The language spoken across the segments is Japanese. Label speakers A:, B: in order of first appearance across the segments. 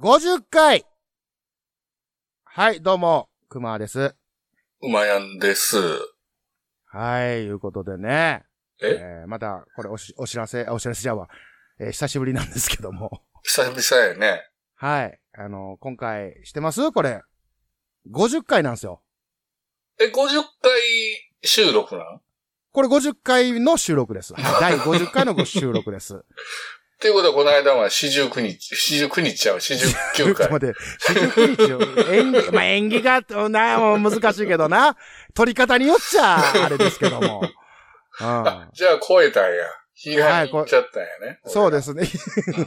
A: 50回はい、どうも、くまです。
B: うまやんです。
A: はい、いうことでね。
B: え
A: えーまた、これおし、お知らせ、あお知らせじゃあわ。えー久しぶりなんですけども。
B: 久々やね。
A: はい。あの、今回、してますこれ。50回なんですよ。
B: え、50回収録なん
A: これ50回の収録です。はい第50回のご収録です。
B: っていうことは、この間は49日、49日ちゃう、
A: ちょ
B: 49
A: っと
B: 回。
A: 待って、49日を、演技、ま あ、演技が、な、もう難しいけどな。取り方によっちゃ、あれですけども。うん
B: あ、じゃあ超えたんや。日が行っちゃったんやね。。
A: そうですすね。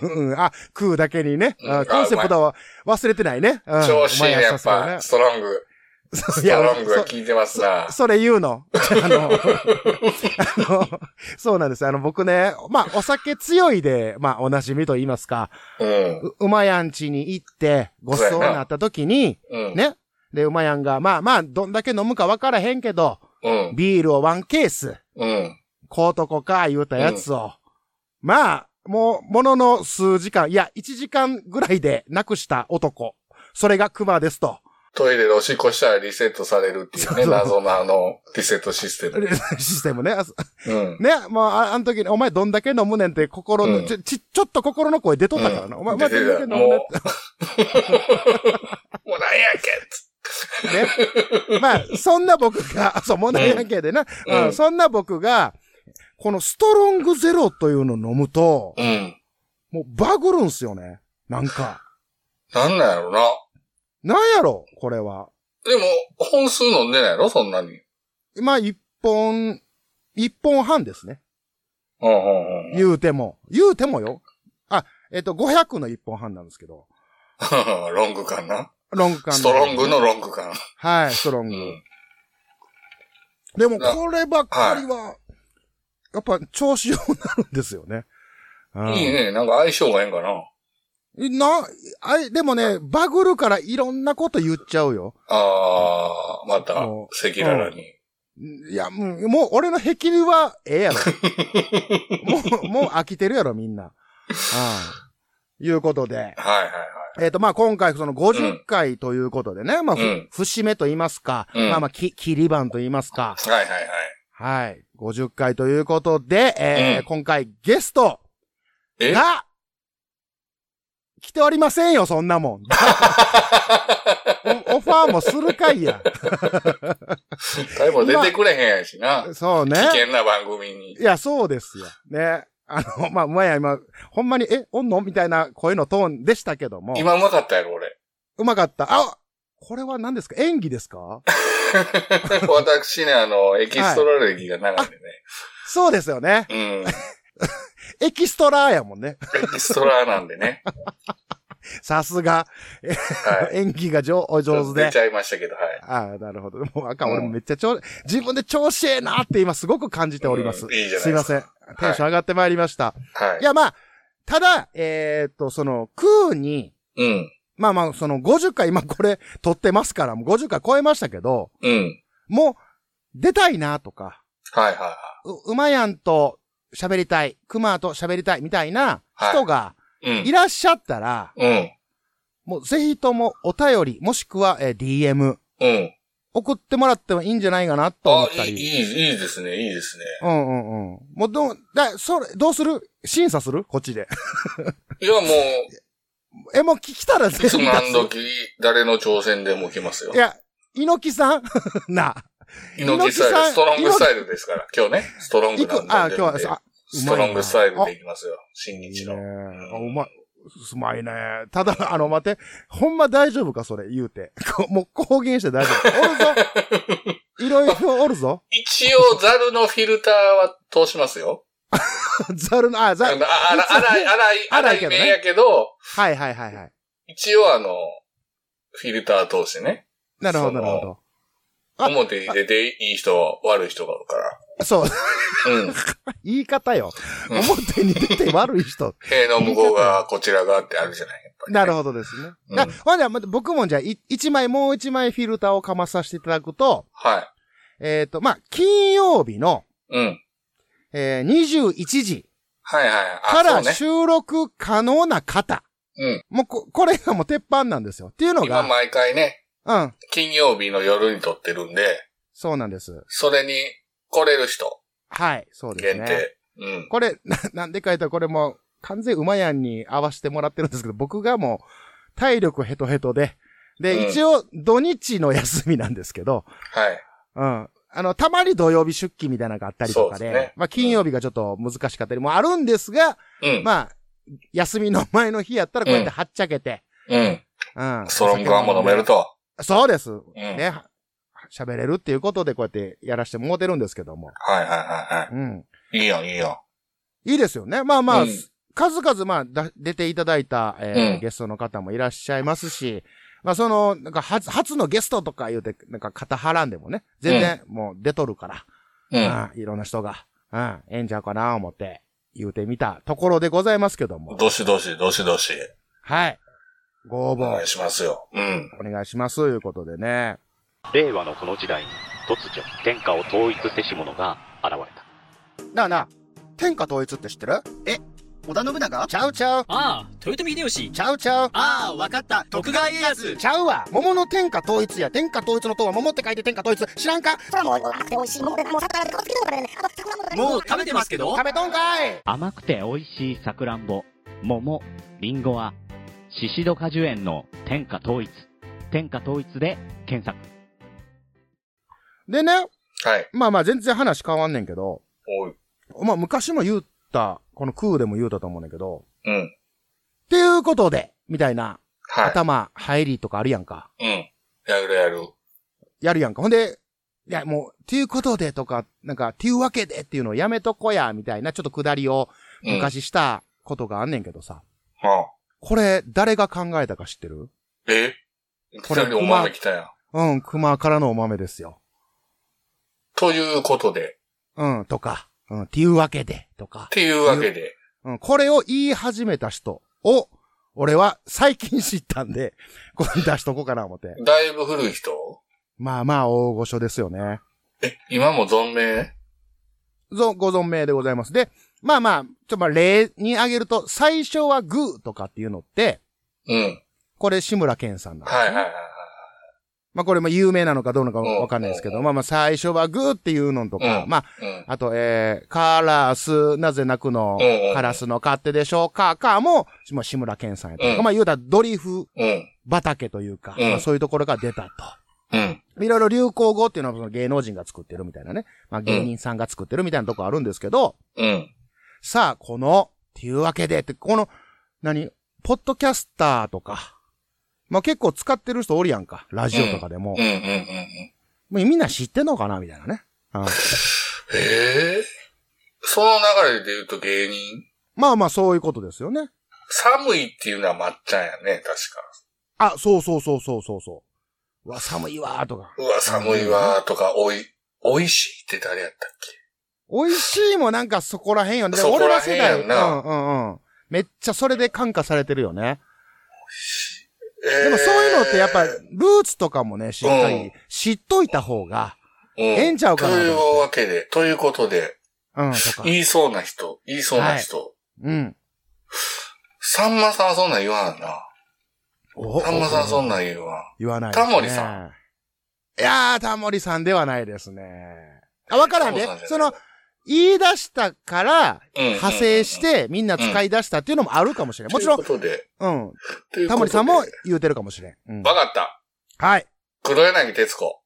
A: うん あ、食うだけにね。
B: うん
A: あ
B: あ
A: コンセプトは忘れてないね。うん
B: 調子いいね、
A: お
B: やっ
A: 前
B: ぱ。
A: はさ
B: スト ロング。
A: すがね
B: ス
A: いや
B: トロングが
A: そ
B: 効いてますな。
A: それ言う の。あの、あのそうなんです。あの、僕ね、まあ、お酒強いで、まあ、おなじみと言いますか、
B: うん。
A: ううまやんちに行って、ごちそうになった時に、
B: うん。
A: ね。で、うまやんが、まあまあ、どんだけ飲むかわからへんけど、
B: うん。
A: ビールをワンケース、
B: うん。
A: こうとこか、言うたやつを。まあ、もう、ものの数時間、いや、1時間ぐらいでなくした男。それが熊ですと。
B: トイレでおしっこしたらリセットされるっていう
A: そう
B: ね、
A: そう
B: 謎のあの、リセットシステム。
A: システムね。あそ
B: うん。
A: ね、まあ、ああの時に、お前どんだけ飲むねんって心の、
B: うん
A: ちょ、ち、ちょっと心の声出とったからな。
B: うん
A: お 前、お前
B: 出て
A: ど
B: た
A: んだけ飲むねんっ
B: もうなんやけん
A: て。ね。まあ、そんな僕が、あそう、問題関係でな、
B: うん
A: うんそんな僕が、このストロングゼロというのを飲むと、
B: うん。
A: もうバグるんすよね。なんか。
B: なんなんやろな。
A: なんやろ、これは。
B: でも、本数飲んでないやろそんなに。
A: まあ、一本、一本半ですね。
B: うんうんうん。
A: 言うても。言うてもよ。あ、えっ、と、500の一本半なんですけど。
B: ロング感な。
A: ロング缶の
B: ストロング。のロング感。
A: はい、ストロン
B: う
A: グ。
B: ん。
A: でも、こればっかりは、やっぱ、調子よくなるんですよね。うん
B: いい。ね。なんか相性がええんかな。
A: な、あれ、でもね、バグるからいろんなこと言っちゃうよ。
B: あー、また
A: も、
B: 赤裸々に。
A: いや、もう、もう俺の壁はええやろ。 もう、もう飽きてるやろ、みんな。うん。いうことで。
B: はいはいは
A: えっ、と、まあ、今回、その
B: う
A: 50
B: ん
A: 回ということでね、まあ、ふ
B: うん
A: 節目と言いますか、
B: うん
A: まあまあ、き、切り番と言いますか、
B: い。はいはいはい。
A: はい、50回ということで、えー
B: うん
A: 今回ゲスト
B: え
A: が、来ておりませんよ、そんなもん。おオファーもするかい や。
B: 誰も出てくれへんやしな。
A: そうね
B: 危。険な番組に
A: い。や、そうですよ。ね。あの、まあ、まや今、ほんまに、え、おんのみたいな声のトーンでしたけども、
B: 今うまかったやろ、 俺。
A: うまかった。あこれは何ですか演技ですか
B: 私ね、あの、エキストラ歴が長いんで
A: そうですよね。
B: ね。うん。
A: エキストラやもんね。
B: エキストラなんで ね。
A: さすが、
B: はい。
A: 演技が上お上手
B: 出
A: で
B: ち。ゃいましたけど、はい。
A: ああ、なるほど。もうあかん、
B: うん
A: 俺もめっちゃ調、自分で調子ええなって今すごく感じております。
B: うんいいじゃない
A: すいません。テンション上がってまいりました。
B: はい
A: い、。や、まあ、ただ、えーっと、その、空に、
B: うん。
A: まあまあ、その50回、今これ撮ってますから、もう50回超えましたけど、
B: うん。
A: もう、出たいなとか、
B: はいはいは
A: う、うまやんと喋りたい、くまと喋りたいみたいな人が
B: い。うん
A: い。らっしゃったら、
B: うん。
A: もうぜひともお便り、もしくは、えー DM、
B: うん。
A: 送ってもらってもいいんじゃないかなと思
B: あ
A: っ、
B: い
A: た
B: い、い
A: り。
B: い、いいですね、いいですね。
A: うんうんうん。もうどう、だ、それ、どうする審査するこっちで。
B: いや、もう、
A: え、もう聞きたら
B: いつ
A: 全部出
B: 何
A: す
B: 時、誰の挑戦でも来ますよ
A: い。や、猪木さん な、
B: 猪木スタイル、ストロングスタイルですから、今日ね、ストロング
A: いく
B: なん、で。
A: あ、今日は、あ、
B: ストロングスタイルでいきますよ、新
A: い
B: 日
A: いね
B: の。
A: あ、うまい。うまいね。ただ、あの、待って。ほんま大丈夫かそれ、言うて。こもう公言して大丈 夫。おるぞ。いろいろおるぞ。
B: 一応、ザルのフィルターは通しますよ。
A: ザルの、あ、ザ
B: あ
A: ル。
B: の、あら、
A: いつも ね
B: 荒い、荒い、
A: 粗
B: 荒
A: いけど
B: い
A: ね
B: 面やけど、
A: はいはいはいはい。
B: 一応あの、フィルター通してね、
A: なるほど、
B: そ
A: な
B: の
A: るほど。あ
B: 表に出ていい人、悪い人がおるから。
A: そう。
B: うん。
A: 言い方 よ。
B: うん
A: 表に出て悪い人。
B: 塀の向こう側、こちら側ってあるじゃない、やっぱり ね
A: なるほどですね。
B: うん
A: だほんじゃ、また僕もじゃあ、い一枚、もう一枚フィルターをかまさせていただくと、
B: はい。
A: えっ、と、まあ、金曜日の、
B: うん。
A: えー、21時
B: はいはい。あ
A: か
B: そう
A: ら
B: ね
A: 収録可能な方。
B: うん。
A: もうこ、これがもう鉄板なんですよ。っていうの
B: 今
A: が、
B: 毎回ね、
A: うん。
B: 金曜日の夜に撮ってるんで、
A: そうなんです。
B: それに来れる人
A: はい、そうです
B: 限
A: ね。
B: 定。うん。
A: これ、 な、なんでか言ったらこれもう完全馬やんに合わせてもらってるんですけど、僕がもう体力ヘトヘトで、で、
B: うん
A: 一応土日の休みなんですけど、
B: はい。
A: うん。あの、たまに土曜日出勤みたいなのがあったりとか
B: そ
A: で、
B: うですね
A: まあ金曜日がちょっと難しかったりもあるんですが、
B: うん。
A: まあ、休みの前の日やったらこうやってはっちゃけて、
B: うん。
A: うん。
B: ストロングワンも飲めると。
A: そうです。
B: うん。
A: ね。喋れるっていうことでこうやってやらしてもうてるんですけども。
B: はいはいはいは
A: うん。
B: い。いいよいいよ。
A: いいですよね。まあまあ、
B: うん
A: 数々、まあだ、出ていただいた、えー
B: うん
A: ゲストの方もいらっしゃいますし、まあその、なんか初、初のゲストとか言うて、なんか肩はらんでもね、全然もう出とるから、
B: うん。
A: うん、いろんな人が、うん、ええんちゃうかな思って言うてみたところでございますけども。
B: どしどし、どしどし、
A: はい。ご応
B: お願
A: 募
B: いしますよ。うん。
A: お願いしますということでね。
C: 令和のこの時代に突如天下を統一せし者が現れた
A: なあなあ、天下統一って知ってる
D: 織田信長
A: ちゃうちゃう、
E: ああ、豊臣秀吉。
A: ちゃうちゃう。
D: ああ、わかった。徳川家康
A: ちゃうわ桃の天下統一や天下統一の塔は桃って書いて天下統一知らんか
F: それはもう甘くて美味しいもので、もう魚で顔つけたからね。あと魚も食べて
E: もう食べてますけど
A: 食べとんかい
G: 甘くて美味しいさくらんぼ、桃、りんごは、シシド果樹園の天下統一。天下統一で検索。
A: でね、
B: はい。
A: まあまあ全然話変わんねんけど、
B: おう。
A: まあ昔も言った、この空でも言うたと思うねんだけど、
B: うん。
A: っていうことで、みたいな
B: は
A: 頭入りとかあるやんか。
B: い。うん。やるやる。
A: やるやんか。ほんで、いやもう、っていうことでとか、なんか、っていうわけでっていうのをやめとこや、みたいなちょっとくだりを
B: うん。
A: 昔したことがあんねんけどさ。
B: あ
A: これ、誰が考えたか知ってる
B: えい
A: こ
B: き
A: れ
B: なりお豆来たやん。
A: うん、熊からのお豆ですよ。
B: ということで、
A: うん、とか、うん、っていうわけで、とか
B: っ、ていうわけで、
A: うん、これを言い始めた人を、俺は最近知ったんで、これ出しとこうかな思って。
B: だいぶ古い人
A: まあまあ大御所ですよね。
B: え、今も存命
A: ぞご存命でございます。で、まあまあ、ちょっとまあ例に挙げると、最初はグーとかっていうのって、
B: うん。
A: これ志村けんさんなんです
B: はいはいはいはい。
A: まあこれも有名なのかどうなのか
B: うん
A: わかんないですけ
B: う
A: ど、まあまあ最初はグーっていうのとか、
B: うん
A: まあ
B: うん。
A: あと、えー、カラス、なぜ泣くの
B: うんうんう、ん
A: カラスの勝手でしょうか、かも、もう志村けんさんやったりとか、
B: うん
A: まあ言うたらドリフ
B: うん。
A: 畑というか、
B: うん
A: まあそういうところが出た
B: うん。
A: と。いろいろ流行語っていうのはその芸能人が作ってるみたいなね、まあ芸人さんが作ってるみたいなとこあるんですけど、
B: うん。
A: さあ、この、っていうわけで、って、この、何、ポッドキャスターとか、まあ結構使ってる人おるやんか、ラジオとかでも
B: うん。うん。うん。うん。
A: もうみんな知ってんのかなみたいなね。うん
B: ええその流れで言うと芸人
A: まあまあそういうことですよね。
B: 寒いっていうのはまっちゃんやね、確か。
A: あ、そうそうそうそうそうそう。うわ、寒いわーとか。
B: うわ、寒いわーとか、おい、おいしいって誰やったっ
A: 美味しいもなんかそこら辺よね。
B: そこら辺やん
A: 俺ら
B: な
A: 世代うんうんうん。めっちゃそれで感化されてるよね。
B: け、えー
A: でもそういうのってやっぱ、ルーツとかもね、しっか
B: う
A: り
B: ん
A: 知っといた方が、
B: うん
A: ええんちゃうかな
B: というわけで、ということで、
A: うん、とか。
B: 言いそうな人、言いそうな人。
A: うん。
B: さんまさんはそんなん言わんな。
A: お
B: さんまさんはそんなん言わん。
A: 言わないですね。
B: タモリさ
A: ん。いやー、タモリさんではないですね。あ、わからんね
B: タモリさんじゃな。い
A: その、言い出したから、
B: うん
A: 派生し、て、みんな使い出したっていうのもあるかもしれん。もちろん
B: とい、うことで、
A: うん。
B: ということで
A: タモリさんも言うてるかもしれん。うん
B: わかった。
A: はい。
B: 黒柳徹子。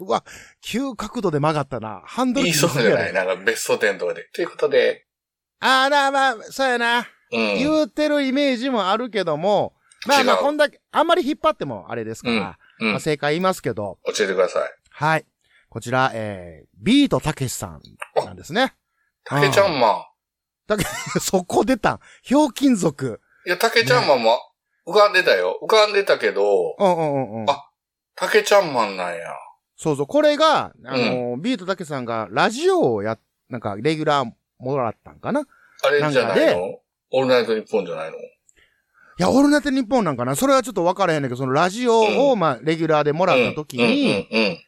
A: うわ、急角度で曲がったな。ハンドル
B: 言い
A: 切り
B: そう
A: すぎ
B: じゃ
A: や
B: な
A: ろ。
B: い。なんか、ベスト10とかで。ということで、
A: あーな、まあ、そうやな。
B: うん。
A: 言うてるイメージもあるけども、まあまあ、
B: 違う
A: こんだけ、あんまり引っ張ってもあれですから、
B: うん
A: まあ、正解言いますけど、
B: 教えてください。
A: はい。こちら、えー、ビートたけしさんなんですね。
B: 竹ちゃんマン。
A: そこ出た。ひょうきん族。
B: いや、竹ちゃんマンも浮かんでたよ。浮かんでたけど、
A: うんうんうんうん。
B: あ竹ちゃんマンなんや。
A: そうそう。これが、あの、ビートたけしさんがラジオをや、なんか、レギュラーもらったんかな。い
B: あれじゃな
A: ないんか
B: のオールナイトニッポンじゃないの
A: や、オールナイト日本なんかな。それはちょっと分からへんねんけど、そのラジオを、まあ、レギュラーでもらった時に、っ
B: うん、うん、うん。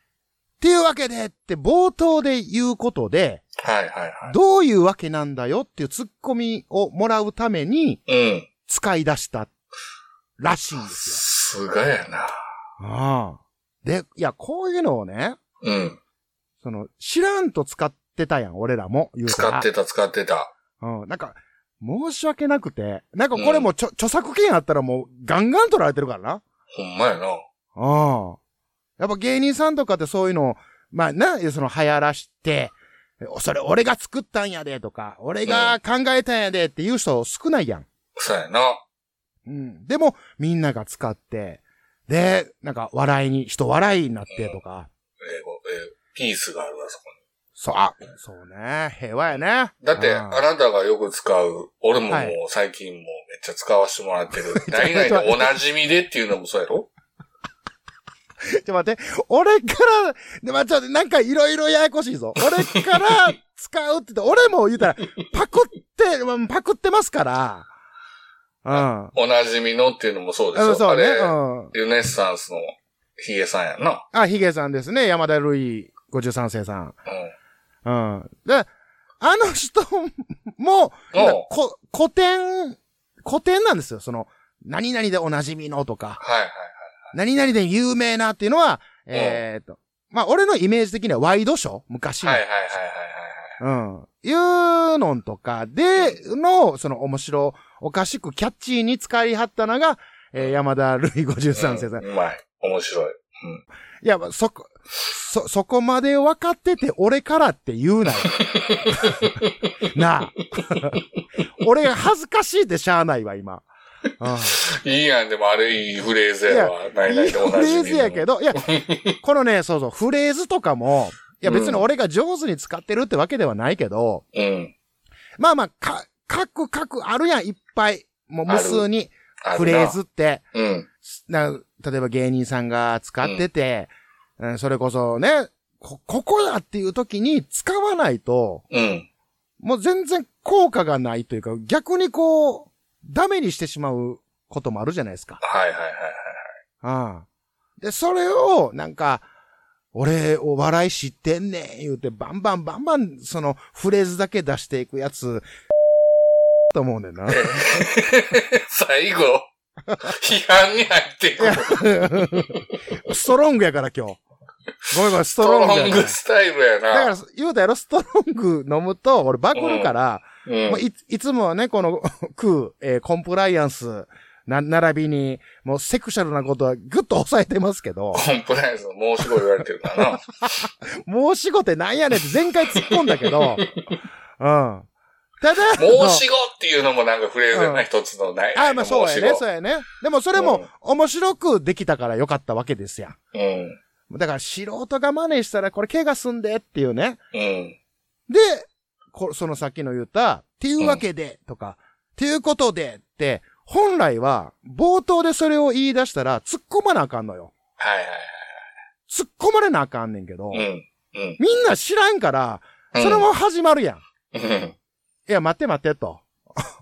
A: ていうわけでって冒頭で言うことで、
B: はいはいは
A: どういうわけなんだよっていうツッコミをもらうために、
B: い。うん。
A: 使い出したらしいんです
B: すがやな。
A: よ。ああ。で、いや、こういうのをね、
B: うん。
A: その、知らんと使ってたやん、俺らも。言うたら
B: 使ってた、使ってた。
A: うん、なんか、申し訳なくて、なんかこれもちょ、著作権あったらもうガンガン取られてるからな。
B: ほんまやな。
A: うん。やっぱ芸人さんとかってそういうのを、まあな、その流行らして、それ俺が作ったんやでとか、俺が考えたんやでっていう人少ないやん。
B: そうやな。
A: うん。でも、みんなが使って、で、なんか笑いに、人笑いになってとか。
B: 英語、えピースがあるわ、そこ
A: そう、あ、そうね。平和やね。
B: に。だって、
A: うん
B: あなたがよく使う、俺もも
A: はいう
B: 最近もうめっちゃ使わせてもらって る。何々でおなじみでっていうのもそうやろ
A: ちょ、待って。俺から、で、まあ、ちょっと、なんかいろいろややこし いぞ。俺から使うって言って、俺も言うたら、パクって、まあパクってますから。 うん。
B: おなじみのっていうのもそうでし
A: う
B: ょ
A: ん、そうね。う
B: あ
A: ん。
B: れ、ユネッサンスのヒゲさんやんな。
A: あ、ヒゲさんですね。山田るい53世さん。
B: う
A: うん。で、あの人も、
B: ん。
A: なんか
B: もう、
A: こ古典、古典なんですよ。その、何々でおなじみのとか、
B: はいはい。
A: 何々で有名なっていうのは、えーっと、まあ、俺のイメージ的にはワイドショー昔の。
B: はいはいはいはいはい
A: うん。いうのんとかでの、その面白、おかしくキャッチーに使いはったのが、えー山田るい
B: は
A: 53
B: い。
A: 世さん。
B: うんうまい。面白い。
A: いや、まあそこ、そ、そこまで分かってて俺からって言う なよ。なあ。俺が恥ずかしいでしゃあないわ、今。うん
B: いいやん、でもあれいいフレーズやわ。何々
A: いい
B: でお
A: フ
B: なじ
A: レ
B: みの。
A: ーズやけど、いや、このね、そうそう、フレーズとかも、いや別に俺が上手に使ってるってわけではないけど、
B: うん。
A: まあまあ、か、書く書くあるやん、いっぱい。もう無数に
B: あるな
A: フレー。ズって、
B: うん。
A: な、例えば芸人さんが使ってて、うんそれこそね、こ、ここだっていう時に使わないと、
B: うん。
A: もう全然効果がないというか、逆にこう、ダメにしてしまうこともあるじゃないですか。
B: はいはいはいはい。
A: ああで、それを、なんか、俺、お笑い知ってんねん、言うて、バンバンバンバン、その、フレーズだけ出していくやつ、 と思うねんな。
B: 最後、批判に入っていく。
A: ストロングやから今日。ごめんごめん、ス
B: ス
A: トロング
B: ト
A: や
B: ロン
A: から
B: グ。スタイルや
A: だか
B: な。
A: ら、言うたやろ、ストロング飲むと、俺、バクるから、
B: うん
A: もういいつもはね、この、空、えーコンプライアンス、な、並びに、もう、セクシャルなことはぐっと抑えてますけ ど、
B: コンプライアンスの申し子言われてるからな。
A: 申し子ってなんやねんって前回突っ込んだけ ど、うん。ただ、
B: 申し子っていうのもなんかフレーズやな、一つのない。
A: ああ、まあそうやね、
B: 申し
A: そうやね。でもそれも面白くできたからよかったわけですや。
B: 子うん。
A: だから素人が真似したらこれ怪我すんでっていうね。
B: うん。
A: で、こその先の言った、っていうわけでとか、っていうことでって、本来は冒頭でそれを言い出したら突っ込まなあかんのよ。
B: はいはい
A: 突っ込まれなあかんねんけど、
B: はい。うん。うん。
A: みんな知らんから、
B: うん
A: それも始まるやん。
B: うん。
A: いや、待って待ってと。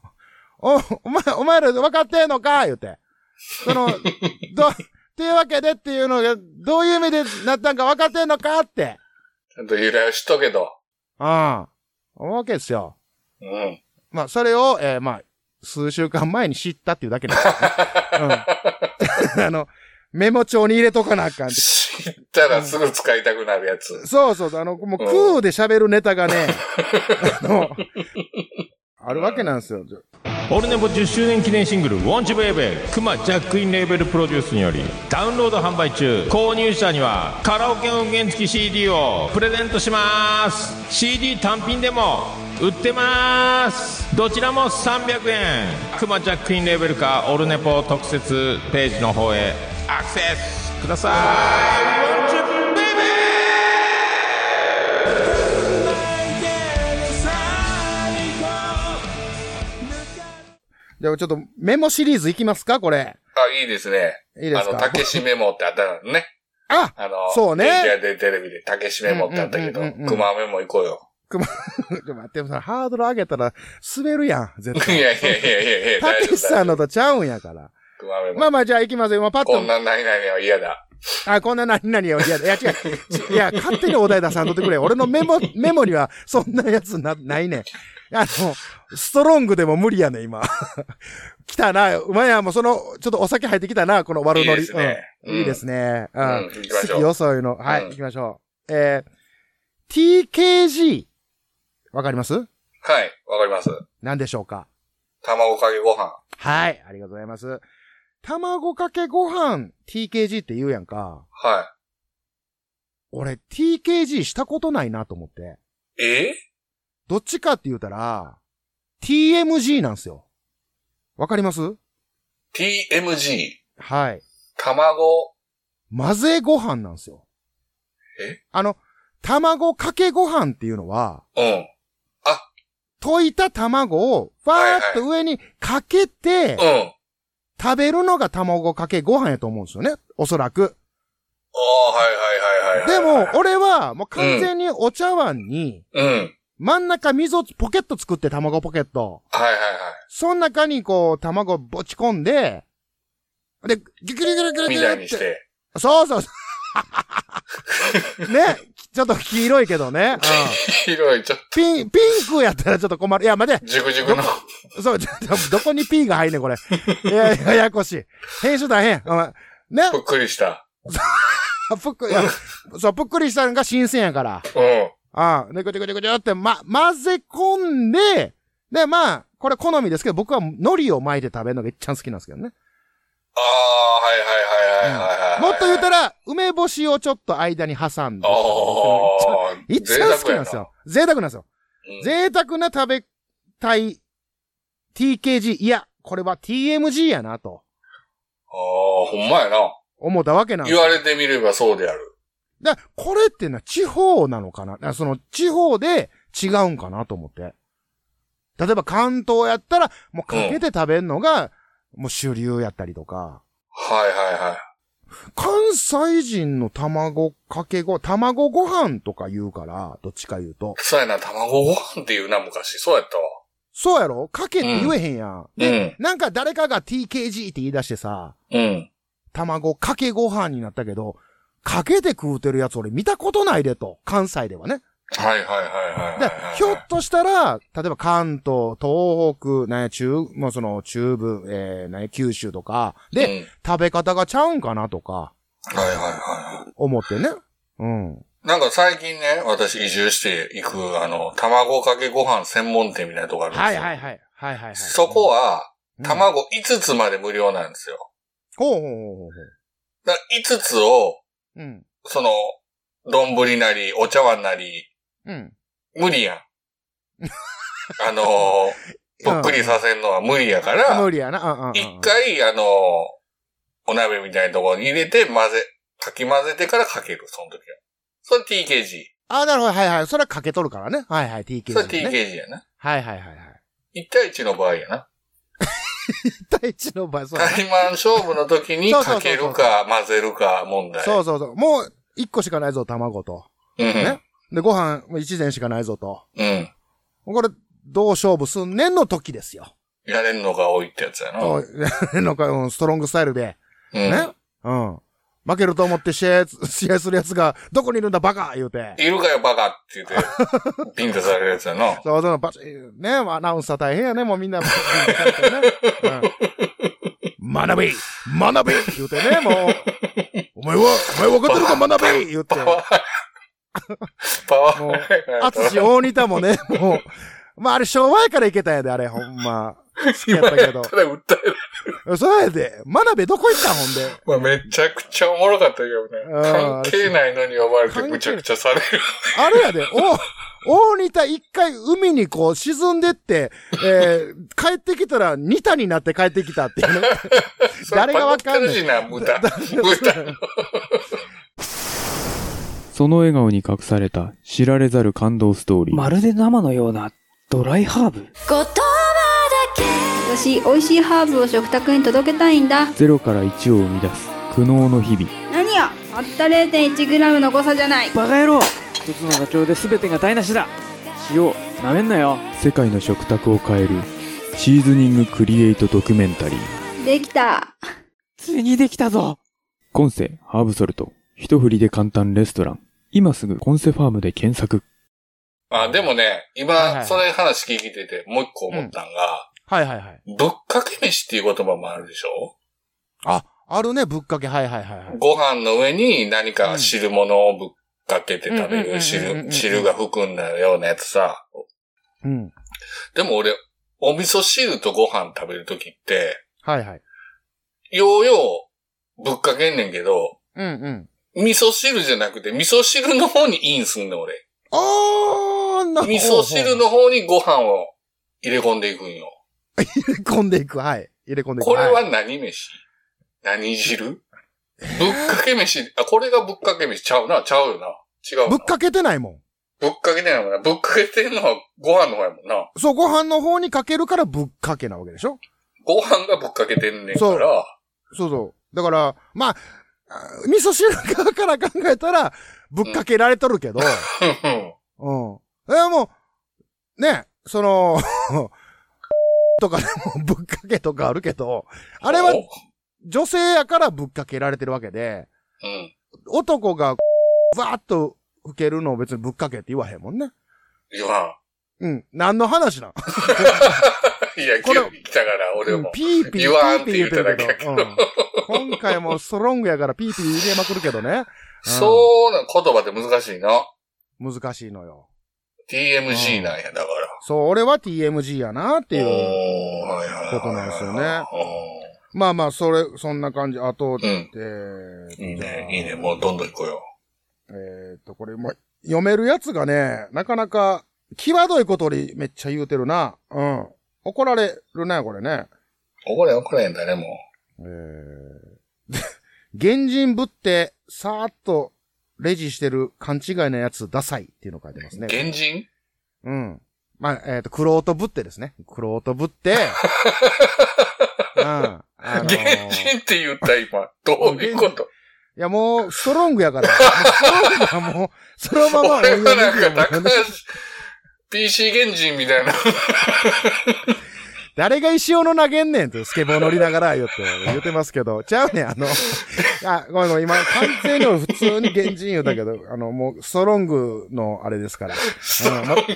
A: お、お前、お前ら分かってんのか言うて。その、ど、っていうわけでっていうのが、どういう意味でなったんか分かってんのかって。
B: ちゃんと由来を知っとけと。
A: うん。思うわけですよ。
B: うん。
A: まあ、それを、えーまあ、数週間前に知ったっていうだけなんですよ、ね。うん。 あの、メモ帳に入れとかなあかんって。
B: 知ったらすぐ使いたくなるやつ。
A: そうそうそう、あの、もう空で喋るネタが ね、あの、あるわけなんですよ。
H: オルネポ10周年記念シングル「ウォンチブエベ」クマジャックインレーベルプロデュースによりダウンロード販売中購入者にはカラオケ音源付き CD をプレゼントします CD 単品でも売ってますどちらも300円クマジャックインレーベルかオルネポ特設ページの方へアクセスくださいウォンチブエベ
A: でもちょっとメモシリーズいきますかこれ。
B: あ、いいですね。
A: いいですか
B: あの、たけしメモってあったのね。
A: あ
B: あの、
A: そうね
B: 電気屋でテレビでたけしメモってあったけど
A: うんうんうんうん、
B: クマメモ行こうよ。
A: ちょっと待って、それハードル上げたら滑るやん、絶
B: いやい
A: 対。
B: やいやいやいや、
A: た
B: 大
A: け
B: 丈
A: し
B: 夫
A: さ
B: だ。
A: んのとちゃうんやから。
B: クマメモ
A: ま。あまあ、じゃあ行きますよ。今パッと
B: こん。な何々は嫌だ。
A: あ、こんな何々を、いや、いや違う。いや、勝手にお題出さんとってくれ。俺のメモ、メモにはそんなやつな、ないねん。あの、ストロングでも無理やねん、今。 来たな。うまいや、もうその、ちょっとお酒入ってきたな、この悪
B: いい
A: ノリ。
B: ですね。
A: うんいいです
B: ね。
A: ね。う
B: うんん。。行きまし
A: 好
B: ょ
A: き
B: う。
A: よ、そういうの。はい、
B: うん
A: 行きましょう。えー、TKG。わかります
B: はい。わかります。
A: 何でしょうか
B: 卵かけご飯。
A: はい、ありがとうございます。卵かけご飯、TKG って言うやんか。
B: は
A: 俺、TKG したことないなと思って。
B: い。え
A: どっちかって言うたら、TMG なんすよ。わかります
B: ?TMG。
A: はい。
B: 卵。
A: 混ぜご飯なんすよ。
B: え
A: あの、卵かけご飯っていうのは、
B: うん。
A: 溶いた卵を、わーっと上にかけて、
B: うん。
A: 食べるのが卵かけご飯やと思うんですよね。おそらく。
B: ああ、はいはいはい
A: で
B: はいは
A: も、
B: い。
A: 俺は、もう完全にお茶碗に、
B: うん。
A: 真ん中溝ポケット作って卵ポケット。
B: はいはい
A: その中にこう、卵ぶち込んで、で、ギュギュギュギュギュ
B: はい。
A: ギュギュ
B: みたいに
A: っ。
B: してて。
A: そうそうそう。 ね、ちょっと黄色いけどね。うん
B: 広い、ちょっと、
A: ピン、ピンクやったらちょっと困る。いや、待て、
B: じゅくじゅくの。
A: そう、ちょっとどこに P が入んねん、これ。いや、いやややこしい。編集大変。お前ね
B: ぷっくりした。
A: ぷっくり、いやそう、ぷっくりしたのが新鮮やから。
B: うん。
A: ああ、で、ぐちゃぐちゃぐちゃって、ま、混ぜ込んで、で、まあ、これ好みですけど、僕は海苔を巻いて食べるのが一番好きなんですけどね。
B: ああ、はいはいはいはいはいはい。
A: もっと言うた
B: ら、
A: ら、梅干しをちょっと間に挟んで。
B: あ あ、
A: 一番好きなんですよ。贅沢なんですよ。
B: 贅
A: 贅沢な食べたい TKG、いや、これは TMG やな、と
B: 沢。ああ、ほんまやな。
A: 思ったわけなんです
B: 言
A: よ
B: われてみればそうである。
A: だからこれってのは地方なのかなだからその地方で違うんかなと思って。例えば関東やったら、もうかけて食べるのが、もう主流やったりとか。
B: はいはいはい。
A: 関西人の卵かけご、卵ご飯とか言うから、どっちか言うと。
B: そうやな、卵ご飯って言うな、昔。そうやったわ。
A: そうやろかけって言えへんやん。
B: うん。
A: なんか誰かが TKG って言い出してさ、
B: うん。
A: 卵かけご飯になったけど、かけて食うてるやつ俺見たことないでと。関西ではね。
B: はいはいはいはい
A: で
B: はいはい。
A: ひょっとしたら、例えば関東、東北、なんや、中、もうその中部、えー、なんや、九州とか、で、
B: うん、
A: 食べ方がちゃうんかなとか、
B: はいはいは
A: 思ってね。うん。
B: い。なんか最近ね、私移住していく、あの、卵かけご飯専門店みたいなとこあるんですよ。
A: はいはいはい。はいはいはい。
B: そこは、
A: うん、
B: 卵5つまで無料なんですよ。
A: ほうほうほうほうほ
B: だから5つを、
A: う。うん。
B: その、丼なり、お茶碗なり、
A: うん。
B: 無理 やん。あのー、ぽっくりさせるのは無理やから、
A: 無理やな。うんうんうん。
B: 一。回、あのー、お鍋みたいなところに入れて混ぜ、かき混ぜてからかける、その時は。それ TKG。
A: あ、なるほど。はいはい。それはかけとるからね。はいはい。TKG、ね。
B: それ TKG やな。
A: はいはいはいはい。
B: 1対1の場合やな。
A: 第一の場合、そうだね
B: タイマン勝負の時に
A: そうそうそうそう
B: かけるか混ぜるか問題。
A: そうそうそう。もう、一個しかないぞ、卵と。
B: うん。
A: ねで、ご飯、もう一膳しかないぞと。
B: うん。
A: これ、どう勝負すんねんの時ですよ。
B: やれんのが多いってやつやな。う
A: そ
B: ん。
A: う、なんか、うん、ストロングスタイルで、ね。うん。負けると思って試合、試合するやつが、どこにいるんだバカ言うて。
B: いるかよバカって言って、 ピンとされるやつやな。
A: そうそう、バチね、アナウンサー大変やね、 もうみんな。バチッねうん学べ学べ言うてね、もう。お前は、お前分かってるか学べ言う て
B: パ。ワー。パワ
A: もう
B: ー。
A: あつし、大仁田もね、もう。まあ、あれ、昭和やからいけたんやで、あれ、ほんま。
B: 今や ったら訴える。
A: そうやで。学べどこ行ったんほんで。
B: まあ、めちゃくちゃおもろかったけどね
A: うん。
B: 関係ないのに呼ばれてぐちゃぐちゃされる。
A: あれやで、お、大仁田一回海にこう沈んでって、えー、帰ってきたら二田になって帰ってきたって いうね。誰がわかん
B: な
A: ね
B: い。
A: ん
B: な、豚。豚の。
I: その笑顔に隠された知られざる感動ストーリー。
J: まるで生のようなドライハーブ
K: 私美味しいハーブを食卓に届けたいんだ
I: ゼロから1を生み出す苦悩の日々。
K: 何やたった 0.1g の誤差じゃない
J: バカ野郎一つの妥協で全てが台無しだ塩なめんなよ
I: 世界の食卓を変えるシーズニングクリエイトドキュメンタリー。
K: できた
J: ついにできたぞ
I: コンセハーブソルト。一振りで簡単レストラン。今すぐコンセファームで検索。
B: あ、でもね、
A: はいは
B: 今、
A: い
B: それ話聞いてて、もう一個思ったんが、
A: はいはいはい。
B: ぶっかけ飯っていう言葉もあるでしょ
A: あ、あるね、ぶっかけ。はいはいはいはい。
B: ご飯の上に何か汁物をぶっかけて
A: う
B: 食べ
A: んうんうんうんうん
B: る汁、汁が含んだようなやつさ。
A: うん。
B: でも俺、お味噌汁とご飯食べるときって、
A: はいはい。
B: ようようぶっかけんねんけど、
A: うんうん。
B: 味噌汁じゃなくて、味噌汁の方にインすんの俺。
A: あー、な
B: 味噌汁。の方にご飯を入れ込んでいくんよ。
A: 入れ込んでいく。はい。入れ込んでいく。
B: これはい何飯何汁ぶっかけ飯、あ、これがぶっかけ飯ちゃうな、ちゃうよな。違う
A: ぶ
B: な
A: っ。かけてないもん。
B: ぶっかけてないもんな。ぶっかけてんのはご飯の方やもんな。
A: そう、ご飯の方にかけるからぶっかけなわけでしょ
B: ご飯がぶっかけてんねんから、
A: そうそう。だから、まあ、あ味噌汁側から考えたら、ぶっかけられとるけど、うん。え、もう、ね、その、 とかでもぶっかけとかあるけど、あれは
B: お
A: 女性やからぶっかけられてるわけで、
B: うん。
A: 男が、 バーっと吹けるのを別にぶっかけって言わへんもんね。
B: 言わ
A: うん。何の話なん
B: ん。 いや、
A: こ
B: 今
A: れ
B: 日来たから、俺
A: うん
B: も。
A: ピーピーピ
B: 言わん
A: ー
B: っ
A: ピ
B: て
A: ー
B: 言
A: 言
B: う
A: うてる
B: ただけ
A: け
B: やけど
A: ど、うん今回もストロングやからピーピー入れまくるけどね。
B: そうな、言葉って難しいな。
A: うん難しいのよ。
B: TMG なんや、だから。
A: そう、俺は TMG やなっていう。
B: おーはいはいはいは
A: こ
B: い
A: となんですよね
B: お
A: まあまあ、それ、そんな感じ。あと、
B: ーうん。
A: えー
B: いいね、いいね。もうどんどん行こうよ。
A: えっと、これ、も読めるやつがね、なかなか、際どいことにめっちゃ言うてるな。うん。怒られるね、これね。
B: 怒れ怒れんだね、もう。
A: えー、原人ぶって、さーっと、レジしてる勘違いなやつ、ダサいっていうの書いてますね。
B: 原人
A: うん。まあ、えっ、と、クロートぶってですね。クロートぶ って、うん。あのー
B: 原人って言った 今。どういうこと
A: いや、もう、ストロングやから。もうストロングはもう、そのまま
B: 俺はなんか
A: もう
B: 高橋、PC 原人みたいな。
A: 誰が石斧投げんねんって、スケボー乗りながら言って、言ってますけど、ちゃうねん、あ の、あ、ごめんごめん、今、完全に俺普通に原人言うたけど、あの、もう、ストロングのあれですから。 うん、もう俺、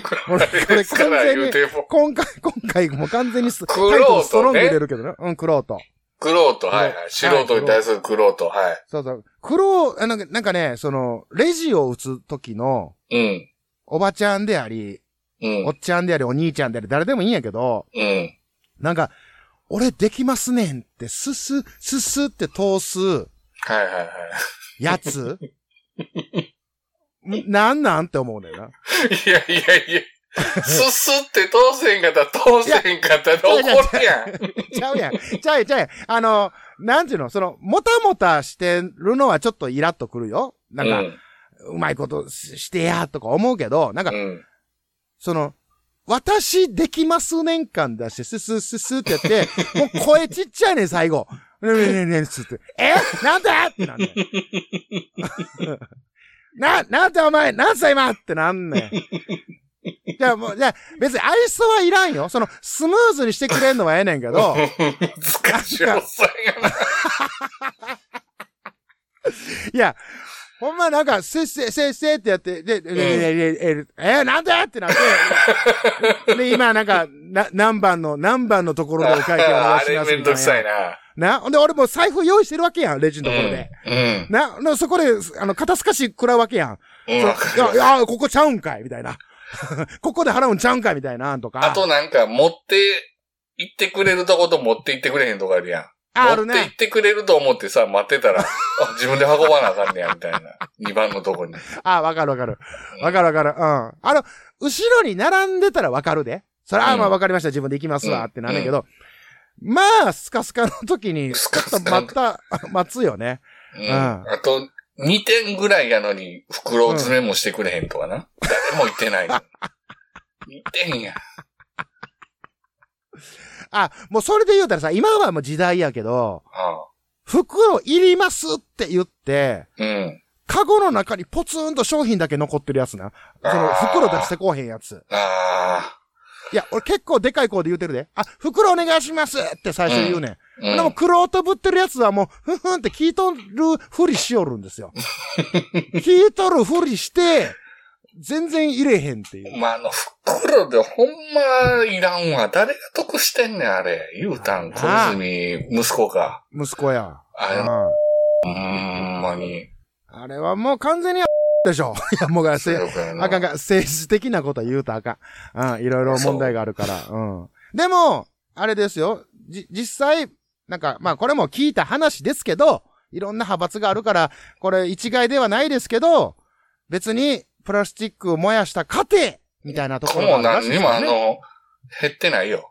A: これ
B: ですか
A: 完
B: ら
A: 全
B: 言う
A: に、
B: ても。
A: 今回、今回、もう完全にス、
B: クロートね
A: タイトルストロング入れるけどね。うん、クロート。
B: クロート、はいはい。素人に対するクロート、は
A: そうそう。クロー、あなんかなんかね、その、レジを打つ時の、
B: い。
A: おばちゃんであり、
B: うん。う
A: お
B: ん。
A: っちゃんであり、お兄ちゃんであり、誰でもいいんやけど、
B: うん。
A: なんか、俺できますねんって、すす、すすって通す
B: はいはいはい。
A: やつ んなんなんって思うねんな。
B: いやいや いや。すすって当選方、当選方で怒るやん。
A: ちゃうやん。ちゃうやん、ちゃうやん。あの、なんていうの、その、もたもたしてるのはちょっとイラっとくるよ。なんか、うまいことししてや、とか思うけど、なんか
B: うん。、うん。
A: その、私できます年間出して、すすすすってやって、もう声ちっちゃいねん、最後。ねえねえねえねえ、すって。えなんだってなん ねん。な、なんだお前、何歳今ってなんねん。じゃあもう、じゃあ別に愛想はいらんよ。その、スムーズにしてくれんのはええねんけど、
B: 難しいおっさんやな。
A: いや、ほんまなんか、せっせ、せっせってやって、で、で、で、で、ででえー、なんだってなって、で、今なんか、な、何番の、何番のところでお会計をお願
B: あ
A: いし
B: れ
A: ます
B: め
A: み
B: ん
A: たい
B: どくさい
A: な。
B: な。
A: な、ほんで俺もう財布用意してるわけやん、レジのところで。
B: うん。
A: な、なそこで、あの、肩透かし食らうわけやん。
B: うん。わか
A: い
B: るわ
A: や、いや、ここちゃうんかい、みたいな。 ここで払うんちゃうんかい、みたいな、とか。
B: あとなんか、持って、行ってくれるとこと持って行ってくれへんとこあるやん。
A: あ、ある
B: 持って行
A: ね
B: っ。てくれると思ってさ、待ってた ら、あ自分で運ばなあかんねや、みたいな。2番のとこに。
A: あ、わかるわかる。わかるわかる。うん。あの、後ろに並んでたらわかるで。それは、あ
B: うん
A: まあわかりました。自分で行きます
B: うん
A: わ。ってなんだけど。まあ、スカスカの時に、ち
B: ス
A: ょ
B: カ
A: っ
B: スカ
A: と待った、 待つよね。
B: うん。
A: うん
B: あと、2点ぐらいやのに、袋詰めもしてくれへんとかな。誰も言っ てない。2点や。
A: あ、もうそれで言うたらさ、今はもう時代やけど、
B: あ
A: 袋いりますって言って、
B: うん。
A: カゴの中にポツンと商品だけ残ってるやつな。その、袋出してこうへんやつ。
B: あ
A: いや、俺結構でかい声で言うてるで。あ、袋お願いしますって最初言うねん。
B: あ。うん
A: でも、黒音ぶってるやつはもう、ふんふんって聞いとるふりしよるんです よ。聞いとるふりして、全然入れへんっていう。
B: まあ、あの、袋でほんまいらんわ。誰が得してんねん、あれ。言うたん、小
A: ああ
B: 泉、息子が。
A: 息子や。
B: あ
A: う
B: れ、
A: ん
B: ほんまに。
A: あれはもう完全に、でしょ。 いや、もうが、せ
B: 強くやな
A: あかんか、政治的なことは言うとあかん。うん、いろいろ問題があるから。うん。でも、あれですよ。じ、実際、なんか、まあこれも聞いた話ですけど、いろんな派閥があるから、これ一概ではないですけど、別にプラスチックを燃やした過程みたいなところ
B: もう
A: あるらしい
B: 何
A: で
B: に
A: す
B: も
A: よ
B: あ
A: ね
B: の、減ってないよ。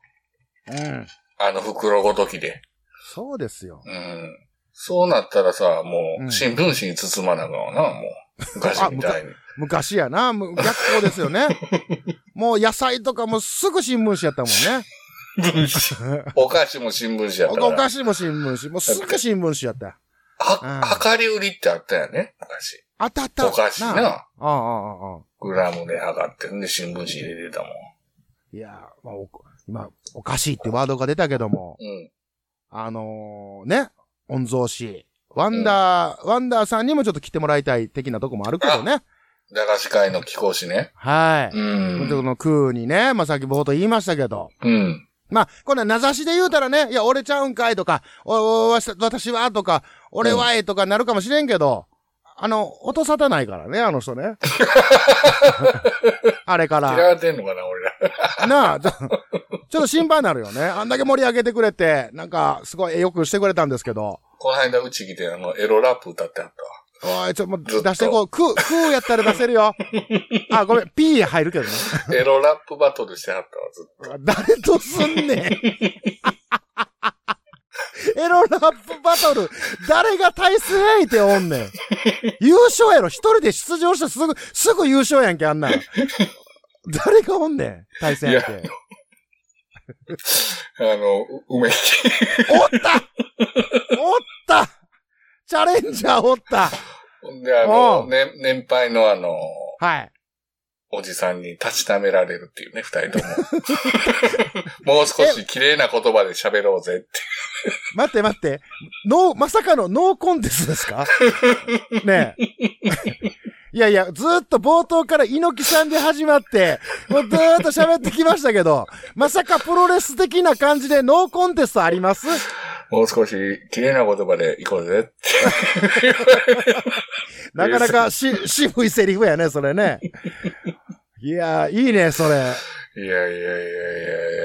A: うん。
B: あの袋ごときで。
A: そうですよ。
B: うん。そうなったらさ、も
A: うん
B: う、新聞紙に包まなあかんわな、もう。昔みたいに。
A: 昔やな、む逆光ですよ ね。もう野菜とかもすぐ新聞紙やったもんね。
B: お菓子も新聞紙やったから。
A: お菓子も新聞紙、もうすぐ新聞紙やった。うん
B: は、量り売りってあったよね、昔。
A: あったあった。
B: おかしいな
A: ああああああ。
B: グラムで測ってんで、新聞紙に入れてたもん。
A: いやー、まあ、お今、おかしいってワードが出たけども、
B: うん。
A: あのー、ね、御曹司、ワンダー、ワンダーさんにもちょっと来てもらいたい的なとこもあるけどね。
B: 駄菓子会の貴公子ね。
A: は
B: う
A: い。
B: ん。
A: この空にね、まあ、さっき冒頭言いましたけど、
B: うん。
A: まあ、こんな名指しで言うたらね、いや、俺ちゃうんかいとか、お、お、わし私はとか、俺はえとかなるかもしれんけど、あの、音沙汰ないからね、あの人 ね。あれか
B: 嫌
A: ら。
B: われてんのかな、俺ら。
A: なあ、ちょちょっと心配になるよね。あんだけ盛り上げてくれて、なんか、すごいよくしてくれたんですけど。
B: この間、うち来て、あの、エロラップ歌ってあ ったわ。
A: おい、ちょ、もう、
B: ず
A: 出
B: っと
A: してこう。クー、クーやったら出せる よ。あ、ごめん、ピー入るけどね。
B: エロラップバトルしてはったわ、ずっと。
A: 誰とすん ねん。エロラップバトル、誰が対戦相手おんねん。優勝やろ、一人で出場してすぐ、すぐ優勝やんけ、あんなん。 誰がおんねん、対戦相手。
B: あの、う梅木。
A: おったおったチャレンジャーおった
B: ほんで、あの、
A: うん
B: ね、年配のあの、
A: はい。
B: おじさんに立ちためられるっていうね、二人とも。 もう少し綺麗な言葉で喋ろうぜって。
A: 待って待って。ノー、まさかのノーコンテストですかねえ。 いやいや、ずーっと冒頭から猪木さんで始まって、もうずーっと喋ってきましたけど、まさかプロレス的な感じでノーコンテストあります
B: もう少し綺麗な言葉で行こうぜって。
A: なかなかし、渋いセリフやね、それね。いやー、いいね、それ。
B: いやいやいやい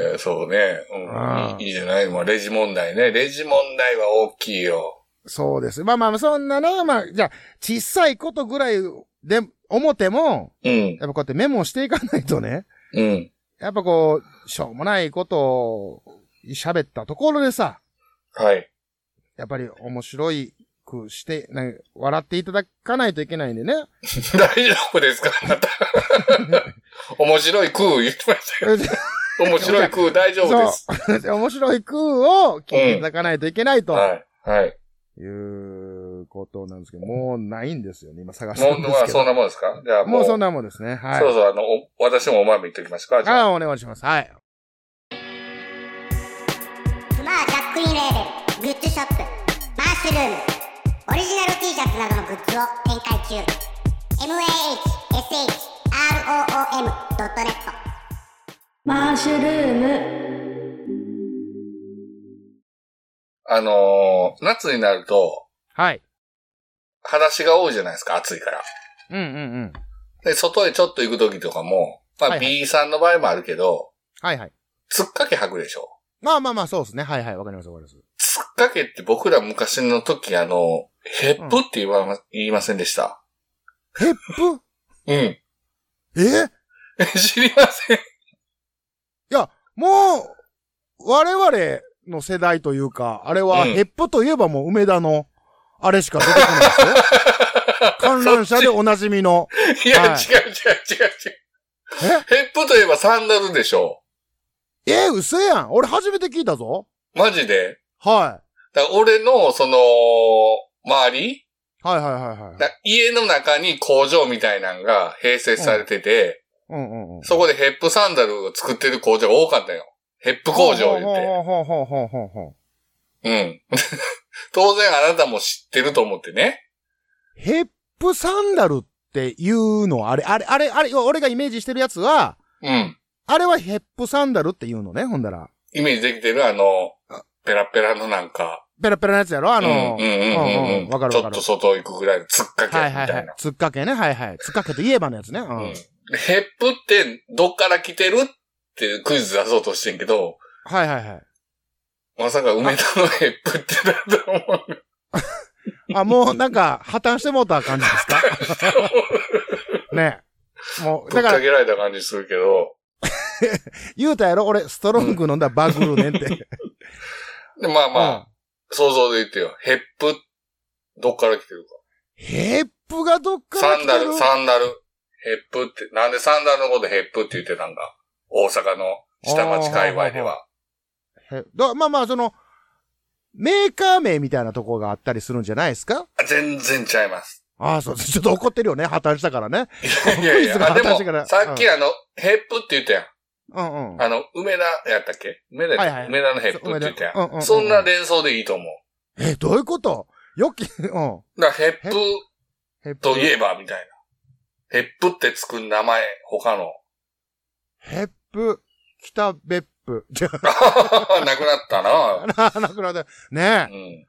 B: やいや、そうね。
A: あ
B: う
A: あ
B: ん、いいいいじゃない。まあ、レジ問題ね。レジ問題は大きいよ。
A: そうです。まあまあ、そんなね、まあ、じゃあ、小さいことぐらいで、思ても、
B: うん。
A: やっぱこうやってメモしていかないとね、
B: うん。
A: やっぱこう、しょうもないことを喋ったところでさ、
B: はい。
A: やっぱり面白いくして、なんか笑っていただかないといけないんでね。
B: 大丈夫ですかあなた。 面白い空言ってましたよ。面白い空大丈夫です。
A: そう。面白い空を聞いていただかないといけないと、
B: はい。はい。
A: いうことなんですけど、もうないんですよね。今探して
B: も
A: る
B: う、
A: んです
B: まあ、
A: け
B: そん
A: ど。
B: なもんですかじゃあもう。
A: もうそんなもんですね。はい。
B: そうそう、あの、お私もお前も言っておきますか。じゃあ
A: あお願いします。はい。
F: まあジャックインレーベルグッズショップマッシュルームオリジナル T シャツなどのグッズを展開中 mahshroom.net
K: マッシュルーム
B: あのー夏になると、
A: はい。
B: 裸足が多いじゃないですか、暑いから。
A: うんうんうん。
B: で、外へちょっと行く時とかも、ま
A: は
B: あ、
A: いはい
B: B さんの場合もあるけど、
A: はいはい。
B: つっかけ履くでしょ。
A: まあまあまあ、そうですね。はいはい。わかりますわかります。
B: つっかけって僕ら昔の時、あの、ヘップって言わ、ま言いませんでした。
A: ヘップ
B: うん。
A: え
B: 知りません。
A: もう、我々の世代というか、あれは、
B: うん
A: ヘップといえばもう梅田の、あれしか出てこない ですよ。観覧車でおなじみの。
B: いや、
A: はい
B: 違う違う違う違う。ヘップといえばサンダルでしょ。
A: えー、嘘やん。俺初めて聞いたぞ。
B: マジで。
A: は
B: だから俺の、その、周り
A: い。はいはいはいはい。
B: だから家の中に工場みたいなのが併設されてて、
A: うんうんうん。
B: そこでヘップサンダルを作ってる工場が多かったよ。ヘップ工場言っ
A: ほう
B: て。
A: ほうほうほうほうほうほうほう。
B: うん。 当然あなたも知ってると思ってね。
A: ヘップサンダルっていうの、あれ、あれ、あれ、あれ、俺がイメージしてるやつは、
B: うん。
A: あれはヘップサンダルっていうのね、ほんだら。
B: イメージできてるあの、ペラペラのなんか、
A: ペラペラのやつやろあ
B: あ
A: の、
B: うんうんうんうん
A: うわかる
B: ち
A: わ
B: ょ
A: か
B: っ
A: る
B: と。外行くぐらいの突っかけみ
A: は
B: た
A: い
B: いな。
A: はいはい。つっかけね、はいはい。つっかけといえばのやつね。うん。
B: うんヘップってどっから来てるってクイズ出そうとしてんけど、
A: はいはいはい。
B: まさか梅田のヘップってだと思う。
A: あ、もうなんか、破綻してもうた感じですか ねえ。もう、
B: ぶ
A: だ
B: っ
A: か
B: かけ
A: ら、
B: られた感じするけど、
A: 言うたやろ俺、ストロング飲んだらバグるねんって。
B: でまあまあ、
A: うん
B: 想像で言ってよ。ヘップ、どっから来てる
A: ヘップがどっ
B: か。
A: から
B: サ
A: 来て
B: ンダ
A: る
B: ル、サンダル。ヘップって、なんでサンダルのことヘップって言ってたんだ大阪の下町界隈では。
A: へだまあまあ、その、メーカー名みたいなとこがあったりするんじゃないですか
B: あ全然ちゃい ます。
A: ああ、そう、ちょっと怒ってるよね。破綻したからね。
B: いやいや、
A: クイズが
B: あでも
A: 私から、
B: さっき
A: うん
B: あの、ヘップって言ったやん。
A: うんうん。
B: あの、梅田やったっけ梅田やったっ
A: は
B: け、
A: いはい
B: 梅田のヘップって言っ
A: そう梅田
B: た
A: うんうんう
B: や
A: ん
B: ん。そんな連想でいいと思う。
A: え、どういうことよき、うん。
B: だからヘップ
A: ヘップ
B: といえばみたいな。ヘップってつく名前、他の。
A: ヘップ、北別府。じゃ
B: なくなったな。
A: あ、 なくなった。ね
B: う
A: え。
B: ん。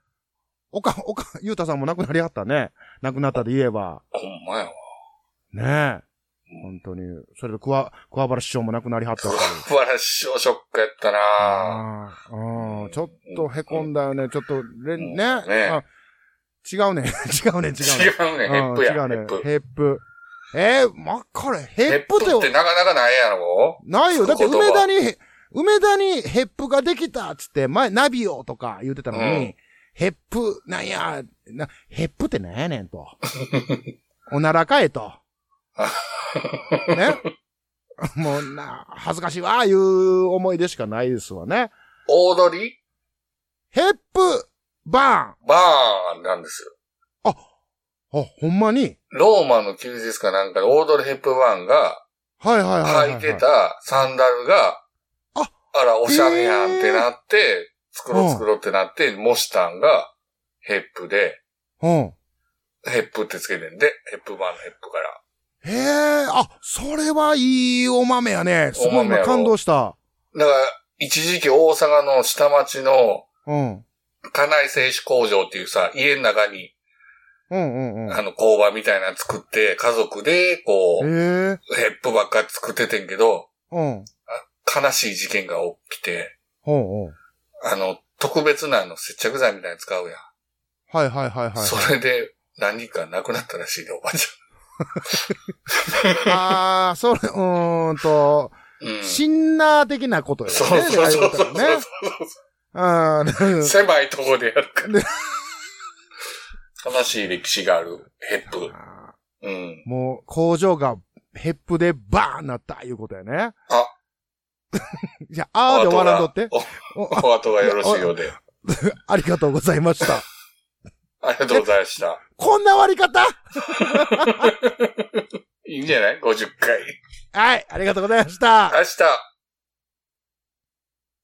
A: おか、おか、ゆうたさんも亡くなりはったね。亡くなったで言えば。
B: ほんまやわ。
A: ねえ。本当に。それで、桑、桑原師匠も亡くなりはったわけで。
B: 素晴らしいショックやったな。
A: ああ、うん。ちょっと凹んだよね。ちょっと、れん、ね。
B: ねえ
A: あ違うね。 違うね。違うね。
B: 違うね、ヘップや。ヘ
A: うん違うね
B: ッ。プ。
A: ヘップ。えー、真っ赤れ。ヘッ
B: ヘッ
A: プっ、
B: プっててなかなかないやろ
A: ないよ。だって
B: 言葉
A: 梅田に、梅田にヘップができたっつって、前、ナビオとか言ってたのに、
B: うん
A: ヘップ、なんや、な、ヘップってなんやねんと。 おならかえ と。ね。もうな、恥ずかしいわ、いう思いでしかないですわね。
B: オードリ
A: ヘップ、バ
B: ーバーンなんですよ。
A: ーンあ、ほんまに
B: ローマの休日かなんかでオードリー・ヘップバーンが
A: はいはいはいはい、
B: 履
A: はいい。
B: てたサンダルが、
A: あ
B: あら、おしゃれやんってなって、作ろう作ろうってなって、モシタンがヘップで、
A: うん。
B: ヘップってつけてんで、ヘップバーンのヘップから。
A: へえ、あ、それはいいお豆やね。すご
B: お
A: い
B: 豆
A: 今
B: やろ
A: 感動した。
B: だから、一時期大阪の下町の
A: うん。
B: 家内製紙工場っていうさ、家の中に、
A: うんうんうん。へ
B: あの、工場みたいなの作って、家族で、こう、
A: え、
B: ヘップばっか作っててんけど、
A: うん。
B: 悲しい事件が起きて、
A: ほうほう。
B: あの、特別なあの、接着剤みたいなの使うやん。
A: はいはいはいはい。
B: それで、何人か亡くなったらしいね、おばあち
A: ああ、それ、うーんと、
B: ゃん。うん。
A: シンナー的なことよね。
B: そうそうそうそう
A: だいぶだね。うん。
B: 狭いとこでやるから。悲しい歴史がある、ヘップ。うん。
A: もう、工場がヘップでバーンなったいうことやね。
B: あ。
A: いや、あーで終わらんとって。
B: おお後がよろしいようで。
A: ありがとうございました。
B: ありがとうござい ました。
A: こんな終わり方
B: いいんじゃない ?50 回。
A: はい、ありがとうございました。
B: 明日。